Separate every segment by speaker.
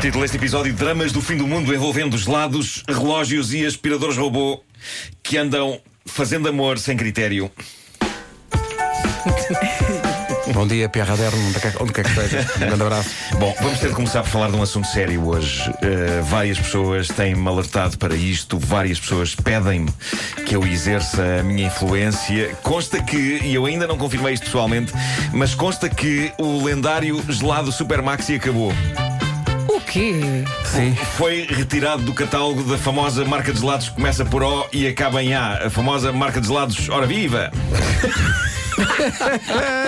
Speaker 1: Título deste episódio: Dramas do fim do mundo envolvendo gelados, relógios e aspiradores robô que andam fazendo amor sem critério.
Speaker 2: Bom dia, Pierre Aderno, onde quer- onde quer que esteja. Um grande abraço.
Speaker 1: Bom, vamos ter de começar por falar de um assunto sério hoje. Uh, várias pessoas têm-me alertado para isto, várias pessoas pedem-me que eu exerça a minha influência. Consta que, e eu ainda não confirmei isto pessoalmente, mas consta que o lendário gelado Super Maxi acabou.
Speaker 3: O quê?
Speaker 2: Sim.
Speaker 1: Foi retirado do catálogo da famosa marca de gelados que começa por O e acaba em A, a famosa marca de gelados Ora Viva!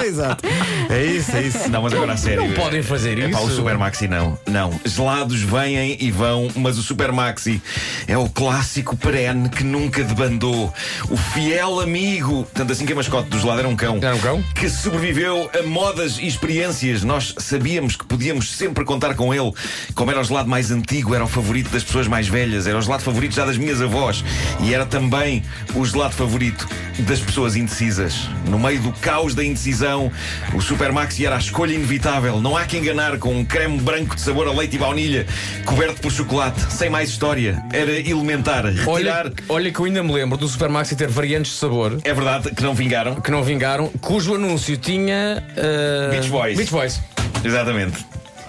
Speaker 2: exato. É isso, é isso.
Speaker 1: Não, mas agora a sério.
Speaker 4: não podem fazer
Speaker 1: É pá, o
Speaker 4: isso.
Speaker 1: Super Maxi não. Não. Gelados vêm e vão, mas o Super Maxi é o clássico perene que nunca debandou. O fiel amigo. Tanto assim que a mascote do gelado era um cão.
Speaker 4: Era um cão?
Speaker 1: Que sobreviveu a modas e experiências. Nós sabíamos que podíamos sempre contar com ele. Como era o gelado mais antigo, era o favorito das pessoas mais velhas, era o gelado favorito já das minhas avós. E era também o gelado favorito das pessoas indecisas. No meio do caos da indecisão, o Super Maxi era a escolha inevitável. Não há que enganar com um creme branco de sabor a leite e baunilha, coberto por chocolate, sem mais história. Era elementar. Retirar.
Speaker 4: Olha, olha que eu ainda me lembro do Supermaxi ter variantes de sabor
Speaker 1: É verdade que não vingaram.
Speaker 4: que não vingaram, cujo anúncio tinha.
Speaker 2: eh,
Speaker 4: ah,
Speaker 1: Beach Boys.
Speaker 4: Beach Boys.
Speaker 1: Exatamente.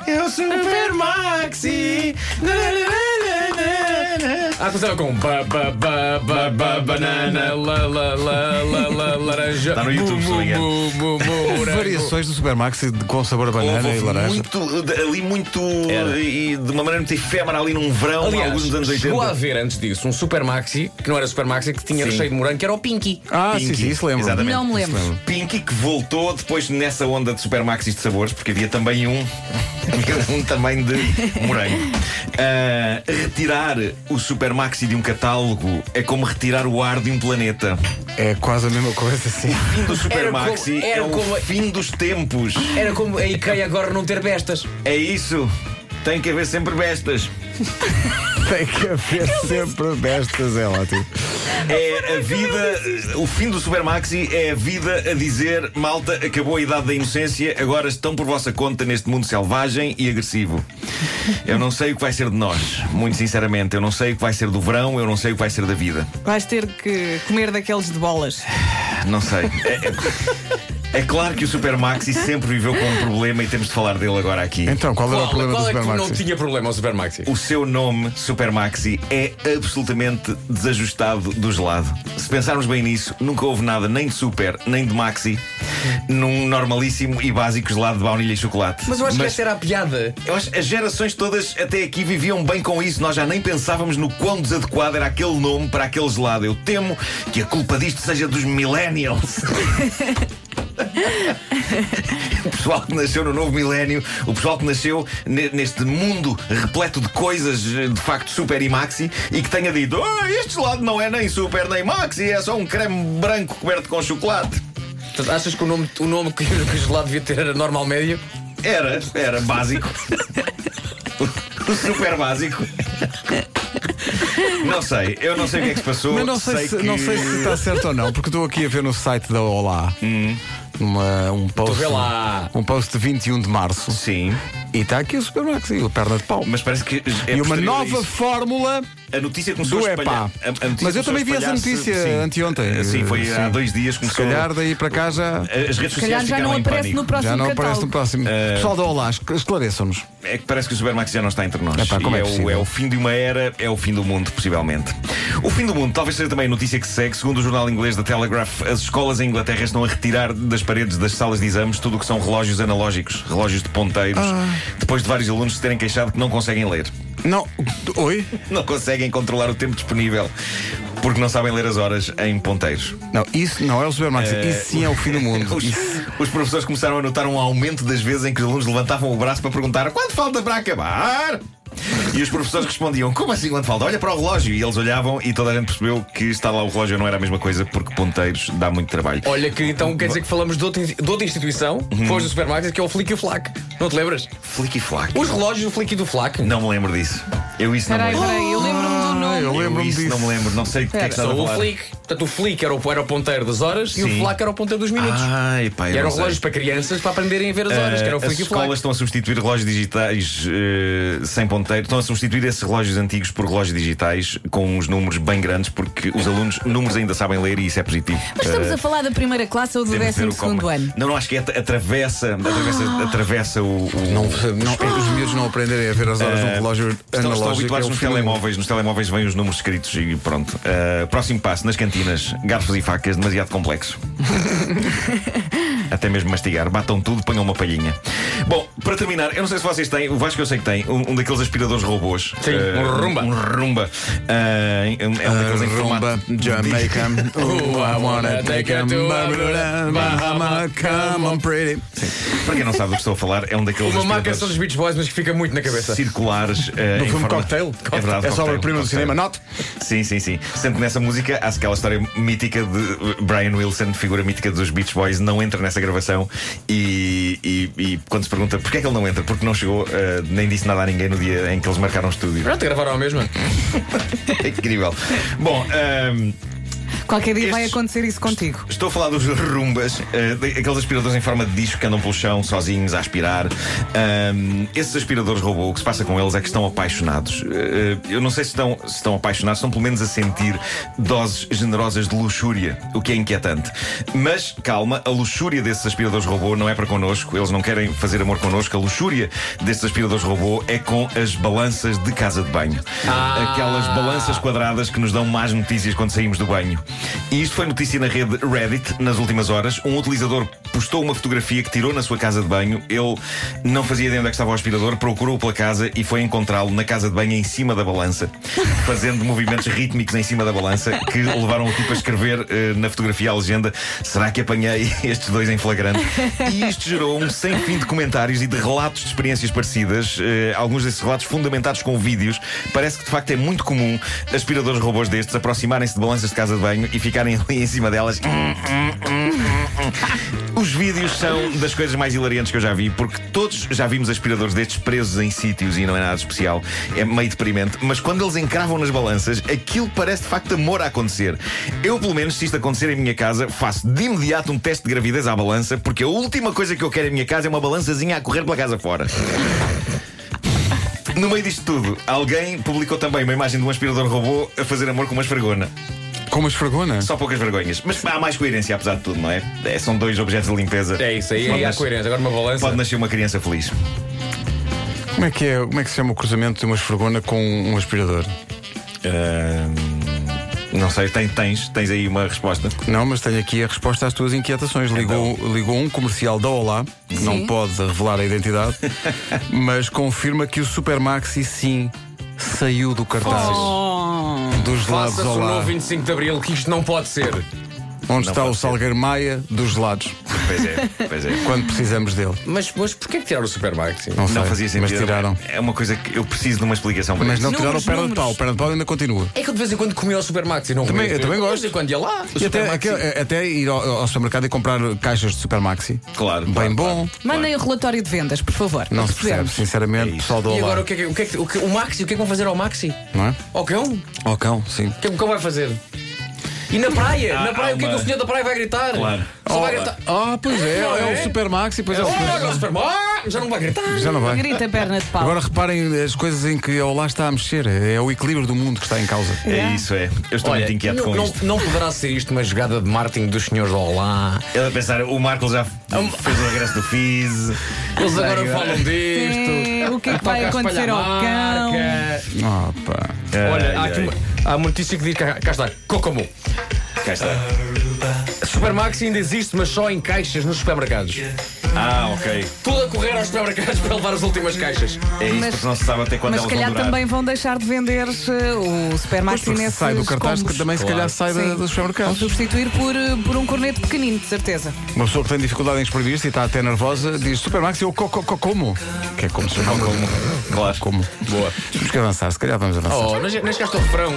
Speaker 1: Eu Super Maxi.
Speaker 4: Ah, começava com. Ba, ba, ba, ba, ba, banana, la, la, la, la, la, laranja.
Speaker 1: Está Tá no YouTube, se não me engano.
Speaker 4: mu, mu, mu, mu, morango.
Speaker 2: Variações do Supermax e de- com sabor a banana
Speaker 1: Houve
Speaker 2: e laranja.
Speaker 1: muito, de- ali muito
Speaker 4: Era.
Speaker 1: e de uma maneira muito efêmera ali num verão, alguns dos
Speaker 4: Aliás,
Speaker 1: anos 80.
Speaker 4: chegou a haver antes disso um Supermaxi, que não era Supermaxi, que tinha
Speaker 1: Sim.
Speaker 4: recheio de morango, que era o Pinky.
Speaker 2: Ah,
Speaker 1: Pinky.
Speaker 2: sim, sim, isso lembro.
Speaker 1: Exatamente.
Speaker 3: Não me
Speaker 2: Isso
Speaker 3: lembro.
Speaker 1: Pinky que voltou depois nessa onda de supermaxis de sabores, porque havia também um, um também de morango. Ah, retirar o supermaxi de um catálogo é como retirar o ar de um planeta.
Speaker 2: É quase a mesma coisa, sim.
Speaker 1: O fim do supermaxi
Speaker 4: como- era
Speaker 1: é o
Speaker 4: como-
Speaker 1: fim dos tempos.
Speaker 4: Era como a IKEA agora não ter bestas.
Speaker 1: É isso. Tem que haver sempre bestas.
Speaker 2: Tem que haver sempre bestas, é ótimo.
Speaker 1: É a vida, o fim do Supermaxi é a vida a dizer: malta, acabou a idade da inocência, agora estão por vossa conta neste mundo selvagem e agressivo. Eu não sei o que vai ser de nós, muito sinceramente. Eu não sei o que vai ser do verão, eu não sei o que vai ser da vida.
Speaker 3: Vais ter que comer daqueles de bolas.
Speaker 1: Não sei. É- É, é claro que o Supermaxi sempre viveu com um problema e temos de falar dele agora aqui.
Speaker 2: Então, qual era o
Speaker 4: Qual,
Speaker 2: problema
Speaker 4: qual
Speaker 2: do
Speaker 4: é que não
Speaker 2: Supermax?
Speaker 4: tinha problema ao Supermaxi?
Speaker 1: O seu nome, Supermaxi, é absolutamente desajustado do gelado. Se pensarmos bem nisso, nunca houve nada nem de super, nem de maxi, num normalíssimo e básico gelado de baunilha e chocolate.
Speaker 4: Mas eu acho que essa era a piada.
Speaker 1: Eu acho que as gerações todas até aqui viviam bem com isso. Nós já nem pensávamos no quão desadequado era aquele nome para aquele gelado. Eu temo que a culpa disto seja dos millennials. O pessoal que nasceu no novo milénio, o pessoal que nasceu ne- neste mundo repleto de coisas eh, de facto super e maxi e que tenha dito: "Ah, este gelado não é nem super nem maxi, é só um creme branco coberto com chocolate.
Speaker 4: Portanto, Achas que o nome, o nome que, que o gelado devia ter era normal médio?
Speaker 1: Era, era básico. O Super básico. Não sei, eu não sei o que é que se passou.
Speaker 2: Mas não sei, se,
Speaker 1: que...
Speaker 2: não sei se está certo ou não, porque estou aqui a ver no site da Olá uma- um post.
Speaker 4: vê lá.
Speaker 2: Um post de 21 de março.
Speaker 1: Sim,
Speaker 2: E está aqui o Supermax e o perna de pau.
Speaker 1: mas parece que. É
Speaker 2: e uma
Speaker 1: posterior a
Speaker 2: nova
Speaker 1: isso.
Speaker 2: fórmula
Speaker 1: A notícia começou
Speaker 2: do
Speaker 1: a espalhar.
Speaker 2: EPA.
Speaker 1: a- a notícia
Speaker 2: Mas
Speaker 1: começou
Speaker 2: eu também
Speaker 1: a
Speaker 2: vi essa
Speaker 1: espalhar-se-
Speaker 2: notícia
Speaker 1: sim.
Speaker 2: anteontem.
Speaker 1: Sim, foi há
Speaker 2: Sim.
Speaker 1: dois dias
Speaker 2: Se
Speaker 1: começou.
Speaker 2: calhar daí para cá já,
Speaker 1: As redes
Speaker 3: Se calhar
Speaker 1: sociais
Speaker 3: já
Speaker 1: ficaram
Speaker 3: não
Speaker 1: em
Speaker 3: aparece
Speaker 1: pânico.
Speaker 3: no próximo
Speaker 2: já não aparece
Speaker 3: catálogo.
Speaker 2: no próximo.
Speaker 1: Eh,
Speaker 2: Pessoal da Olá, es- esclareçam-nos.
Speaker 1: É que parece que o Supermax já não está entre nós.
Speaker 2: Epá, como
Speaker 1: E
Speaker 2: é
Speaker 1: o,
Speaker 2: possível?
Speaker 1: é o fim de uma era, é o fim do mundo, possivelmente. O fim do mundo talvez seja também a notícia que se segue. Segundo o jornal inglês The Telegraph, as escolas em Inglaterra estão a retirar das paredes das salas de exames tudo o que são relógios analógicos, relógios de ponteiros, depois de vários alunos se terem queixado que não conseguem ler.
Speaker 2: Não, oi?
Speaker 1: Não conseguem controlar o tempo disponível porque não sabem ler as horas em ponteiros.
Speaker 2: Não, isso não é o Supermax.
Speaker 1: Eh,
Speaker 2: Isso sim é o fim do mundo.
Speaker 1: Os,
Speaker 2: Isso-
Speaker 1: os professores começaram a notar um aumento das vezes em que os alunos levantavam o braço para perguntar quanto falta para acabar? E os professores respondiam: Como assim quanto falta? Olha para o relógio. E eles olhavam e toda a gente percebeu que estar lá o relógio não era a mesma coisa porque ponteiros dá muito trabalho.
Speaker 4: Olha que então quer dizer que falamos de outra, de outra instituição, depois do Supermaxi, que é o Flick e o Flac. Não te lembras?
Speaker 1: Flick e flac.
Speaker 4: Os relógios do Flick e do Flac.
Speaker 1: Não me lembro disso. Eu isso não me
Speaker 3: Peraí,
Speaker 1: lembro.
Speaker 3: peraí, eu lembro-me o nome.
Speaker 2: Ah, eu
Speaker 1: Eu
Speaker 2: lembro-me
Speaker 1: isso
Speaker 2: disso.
Speaker 1: não me lembro, não sei o que é que
Speaker 3: Espera.
Speaker 1: estava
Speaker 4: Só
Speaker 1: a
Speaker 4: o
Speaker 1: falar.
Speaker 4: Flick. Portanto, o Flick era o, era o ponteiro das horas e
Speaker 1: Sim.
Speaker 4: o Flack era o ponteiro dos minutos.
Speaker 1: Ai, pá, eu
Speaker 4: e eram
Speaker 1: não sei.
Speaker 4: relógios para crianças para aprenderem a ver Ah, as horas, que era o
Speaker 1: Eh, As
Speaker 4: Flick e o
Speaker 1: escolas
Speaker 4: Flack.
Speaker 1: estão a substituir relógios digitais eh, sem ponteiro, estão a substituir esses relógios antigos por relógios digitais com uns números bem grandes, porque os alunos, números ainda sabem ler e isso é positivo.
Speaker 3: Mas estamos
Speaker 1: Eh,
Speaker 3: a falar da primeira classe ou do
Speaker 1: temos de ver
Speaker 3: décimo
Speaker 1: o como-
Speaker 3: segundo ano?
Speaker 1: Não, não, acho que é at- atravessa, atravessa, atravessa o. o-
Speaker 2: Não, não, é os miúdos não aprenderem a ver as horas do relógio
Speaker 1: É. Eh, Estão, estão
Speaker 2: analógico.
Speaker 1: habituados
Speaker 2: é um
Speaker 1: nos
Speaker 2: fenómeno.
Speaker 1: telemóveis, nos telemóveis vêm os números escritos e pronto. Eh, próximo passo, nas cantinas, garfos e facas, demasiado complexo. Até mesmo mastigar, batam tudo, ponham uma palhinha. Bom, para terminar, eu não sei se vocês têm, o Vasco eu sei que tem, um, um daqueles aspiradores robôs.
Speaker 4: Sim,
Speaker 1: Eh,
Speaker 4: um Roomba.
Speaker 1: Um rumba. é um daqueles em
Speaker 2: Eh, Ah, Rumba,
Speaker 1: formato.
Speaker 2: Jamaica, oh, I wanna take a Bahama, come on pretty.
Speaker 1: Para quem não sabe do que estou a falar, é um daqueles
Speaker 4: Uma marca
Speaker 1: aspiradores
Speaker 4: são dos Beach Boys, mas que fica muito na cabeça.
Speaker 1: circulares. eh,
Speaker 2: Do
Speaker 1: em
Speaker 2: filme
Speaker 1: forma-
Speaker 2: Cocktail.
Speaker 1: É verdade,
Speaker 2: É só
Speaker 1: Cocktail,
Speaker 2: o primo do
Speaker 1: Cocktail.
Speaker 2: cinema, not.
Speaker 1: Sim, sim, sim. Sempre nessa música, há aquela história mítica de Brian Wilson, figura mítica dos Beach Boys, não entra nessa gravação e, e- e quando se pergunta porquê é que ele não entra, porque não chegou, eh, nem disse nada a ninguém no dia em que eles marcaram o estúdio.
Speaker 4: Pronto, gravaram a mesma.
Speaker 1: É Incrível. Bom, ehm, ahm,
Speaker 3: Qualquer dia vai
Speaker 1: Estes-
Speaker 3: acontecer isso contigo.
Speaker 1: estou a falar dos rumbas, eh, de- aqueles aspiradores em forma de disco que andam pelo chão sozinhos a aspirar. Ahm, esses aspiradores robô, o que se passa com eles é que estão apaixonados. Eh, eh, eu não sei se estão, se estão apaixonados, estão pelo menos a sentir doses generosas de luxúria, o que é inquietante. Mas, calma, a luxúria desses aspiradores robô não é para connosco, eles não querem fazer amor connosco. A luxúria desses aspiradores robô é com as balanças de casa de banho. Aquelas balanças quadradas que nos dão más notícias quando saímos do banho. E isto foi notícia na rede Reddit nas últimas horas. Um utilizador postou uma fotografia que tirou na sua casa de banho. Ele não fazia ideia onde é que estava o aspirador, procurou pela casa e foi encontrá-lo na casa de banho em cima da balança, fazendo movimentos rítmicos em cima da balança que levaram o tipo a escrever eh, na fotografia a legenda: será que apanhei estes dois em flagrante? E isto gerou um sem fim de comentários e de relatos de experiências parecidas, eh, alguns desses relatos fundamentados com vídeos. Parece que de facto é muito comum aspiradores robôs destes aproximarem-se de balanças de casa de banho e ficarem ali em cima delas. Os vídeos são das coisas mais hilariantes que eu já vi, porque todos já vimos aspiradores destes presos em sítios e não é nada especial. É meio deprimente. Mas quando eles encravam nas balanças, aquilo parece de facto amor a acontecer. Eu, pelo menos, se isto acontecer em minha casa, faço de imediato um teste de gravidez à balança, porque a última coisa que eu quero em minha casa é uma balançazinha a correr pela casa fora. No meio disto tudo, alguém publicou também uma imagem de um aspirador robô a fazer amor com uma esfregona.
Speaker 2: Com uma esfregona.
Speaker 1: Só poucas vergonhas. Mas há mais coerência, apesar de tudo, não é? É, São dois objetos de limpeza.
Speaker 4: É isso aí,
Speaker 1: Pode
Speaker 4: aí há
Speaker 1: nas-
Speaker 4: coerência. Agora uma balança.
Speaker 1: Pode nascer uma criança feliz.
Speaker 2: Como é que é? Como é que se chama o cruzamento de uma esfregona com um aspirador?
Speaker 1: não sei, tem- tens, tens aí uma resposta.
Speaker 2: Não, mas tenho aqui a resposta às tuas inquietações. Ligou, ligou um comercial da Olá, que não pode revelar a identidade, mas confirma que o Supermaxi sim saiu do cartaz dos lados
Speaker 4: Faça-se o
Speaker 2: Olá.
Speaker 4: um novo 25 de Abril, que isto não pode ser.
Speaker 2: Onde está
Speaker 1: pode
Speaker 2: o
Speaker 1: ser.
Speaker 2: Salgueiro Maia dos lados,
Speaker 1: Pois é, pois é.
Speaker 2: quando precisamos dele.
Speaker 4: Mas, mas porquê que tiraram o Super Maxi?
Speaker 2: Não, sei,
Speaker 1: Não fazia sentido.
Speaker 2: Mas tiraram.
Speaker 1: É uma coisa que eu preciso de uma explicação para
Speaker 2: Mas
Speaker 1: isso.
Speaker 2: não tiraram o
Speaker 3: Números,
Speaker 2: perna de
Speaker 3: números.
Speaker 2: pau. O perna de pau ainda continua.
Speaker 4: É que eu de vez em quando comia ao Super Maxi, não
Speaker 2: Também-
Speaker 4: comia.
Speaker 2: eu também gosto.
Speaker 4: De vez em quando ia lá.
Speaker 2: E até, até- até ir ao, ao supermercado e comprar caixas de Supermaxi.
Speaker 1: Claro,
Speaker 2: Bem
Speaker 1: claro,
Speaker 2: bom.
Speaker 3: Mandem o relatório de vendas, por favor.
Speaker 2: Não
Speaker 3: para
Speaker 2: se percebe,
Speaker 3: percebermos.
Speaker 2: sinceramente,
Speaker 1: É
Speaker 2: pessoal do
Speaker 4: E
Speaker 2: Olá.
Speaker 4: agora o que é que o, que é que- o que- o Maxi? O que é que vão fazer ao Maxi?
Speaker 2: Não é?
Speaker 4: Ao cão? O
Speaker 2: Ó oh, cão, sim.
Speaker 4: que é que o cão vai fazer? E na praia?
Speaker 1: Ah,
Speaker 4: na praia, o que é que
Speaker 1: há
Speaker 4: o
Speaker 1: uma-
Speaker 4: senhor da praia vai gritar?
Speaker 1: Claro.
Speaker 4: Só vai
Speaker 2: Oh,
Speaker 4: gritar.
Speaker 2: Ah, pois é,
Speaker 4: Não
Speaker 2: é
Speaker 4: é?
Speaker 2: o Supermaxi, pois é. o
Speaker 4: Olha,
Speaker 2: Super-
Speaker 4: olha o Super Maxi! Já não vai gritar.
Speaker 2: Já não vai.
Speaker 3: Grita perna de pau.
Speaker 2: Agora reparem as coisas em que a Olá está a mexer. É o equilíbrio do mundo que está em causa.
Speaker 1: É isso, é. Eu estou muito inquieto
Speaker 4: não,
Speaker 1: com
Speaker 4: não-
Speaker 1: isto.
Speaker 4: não poderá ser isto uma jogada de marketing dos senhores do Olá.
Speaker 1: Ele a pensar, o Marco já fez o regresso do FIS.
Speaker 4: Eles agora
Speaker 1: Ai,
Speaker 4: falam disto.
Speaker 3: Sim, o que é
Speaker 4: Toca
Speaker 3: que vai
Speaker 4: a
Speaker 3: acontecer ao cão?
Speaker 4: espalhamarca.
Speaker 2: Ah, pá.
Speaker 1: Ai,
Speaker 4: Olha, há, aqui
Speaker 1: ai.
Speaker 4: uma, há uma notícia que diz que cá está, Cocomo.
Speaker 1: Cá está.
Speaker 4: Supermax ainda existe, mas só em caixas nos supermercados.
Speaker 1: Ah, ok.
Speaker 4: Tudo a correr aos supermercados para levar as últimas caixas.
Speaker 1: É isso,
Speaker 3: Mas-
Speaker 1: porque não se sabe até quando elas
Speaker 3: Mas se
Speaker 1: vão
Speaker 3: calhar
Speaker 1: durar.
Speaker 3: também vão deixar de vender eh, o Supermaxi
Speaker 2: Porque se
Speaker 3: nesse
Speaker 2: sai do cartaz, que também se calhar sai da-
Speaker 3: Sim.
Speaker 2: dos supermercados.
Speaker 3: Substituir por, eh, por um corneto pequenino, de certeza.
Speaker 2: Uma pessoa que tem dificuldade em exprimir isto e está até nervosa diz Supermaxi ou co- co- co- como? Que é como se chama.
Speaker 1: Como? Claro.
Speaker 2: Como?
Speaker 4: Boa.
Speaker 2: Temos que avançar, se calhar vamos avançar.
Speaker 4: Oh, não chegaste ao refrão.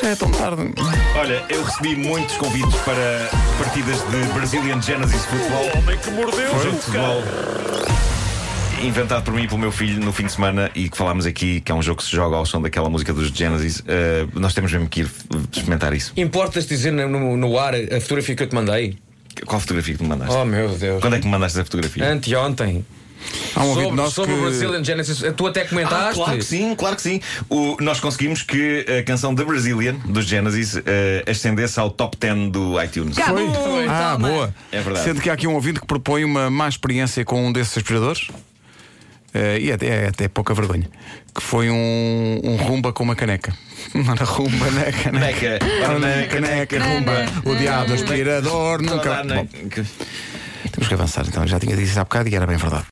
Speaker 2: Já é tão tarde.
Speaker 1: Olha, eu recebi muitos convites para partidas de Brazilian Genesis Football.
Speaker 5: homem que mordeu
Speaker 1: Jogo de futebol. inventado por mim e pelo meu filho no fim de semana e que falámos aqui, que é um jogo que se joga ao som daquela música dos Genesis. Eh, nós temos mesmo que ir experimentar isso.
Speaker 4: Importas dizer no- no, no ar a fotografia que eu te mandei?
Speaker 1: Qual fotografia que me mandaste?
Speaker 4: Oh meu Deus.
Speaker 1: Quando é que me mandaste essa fotografia?
Speaker 4: Anteontem.
Speaker 2: Há um ouvinte
Speaker 4: sobre
Speaker 2: nosso
Speaker 4: sobre
Speaker 2: que-
Speaker 4: o Brazilian Genesis. Tu até comentaste.
Speaker 1: Ah, claro que sim, claro que sim. O- nós conseguimos que a canção The Brazilian, dos Genesis, eh, ascendesse ao top 10 do iTunes.
Speaker 3: Cabo,
Speaker 2: Ah,
Speaker 3: toma.
Speaker 2: boa.
Speaker 1: É verdade.
Speaker 2: Sendo que há aqui um ouvinte que propõe uma má experiência com um desses aspiradores. Eh, e até, é até pouca vergonha. Que foi um, um rumba com uma caneca. Não era rumba, né? Caneca.
Speaker 1: Neca,
Speaker 2: Ora, na
Speaker 1: neca,
Speaker 2: caneca, rumba. O diabo do aspirador nunca. Bom,
Speaker 1: neca.
Speaker 2: temos que avançar então. Já tinha dito isso há bocado e era bem verdade.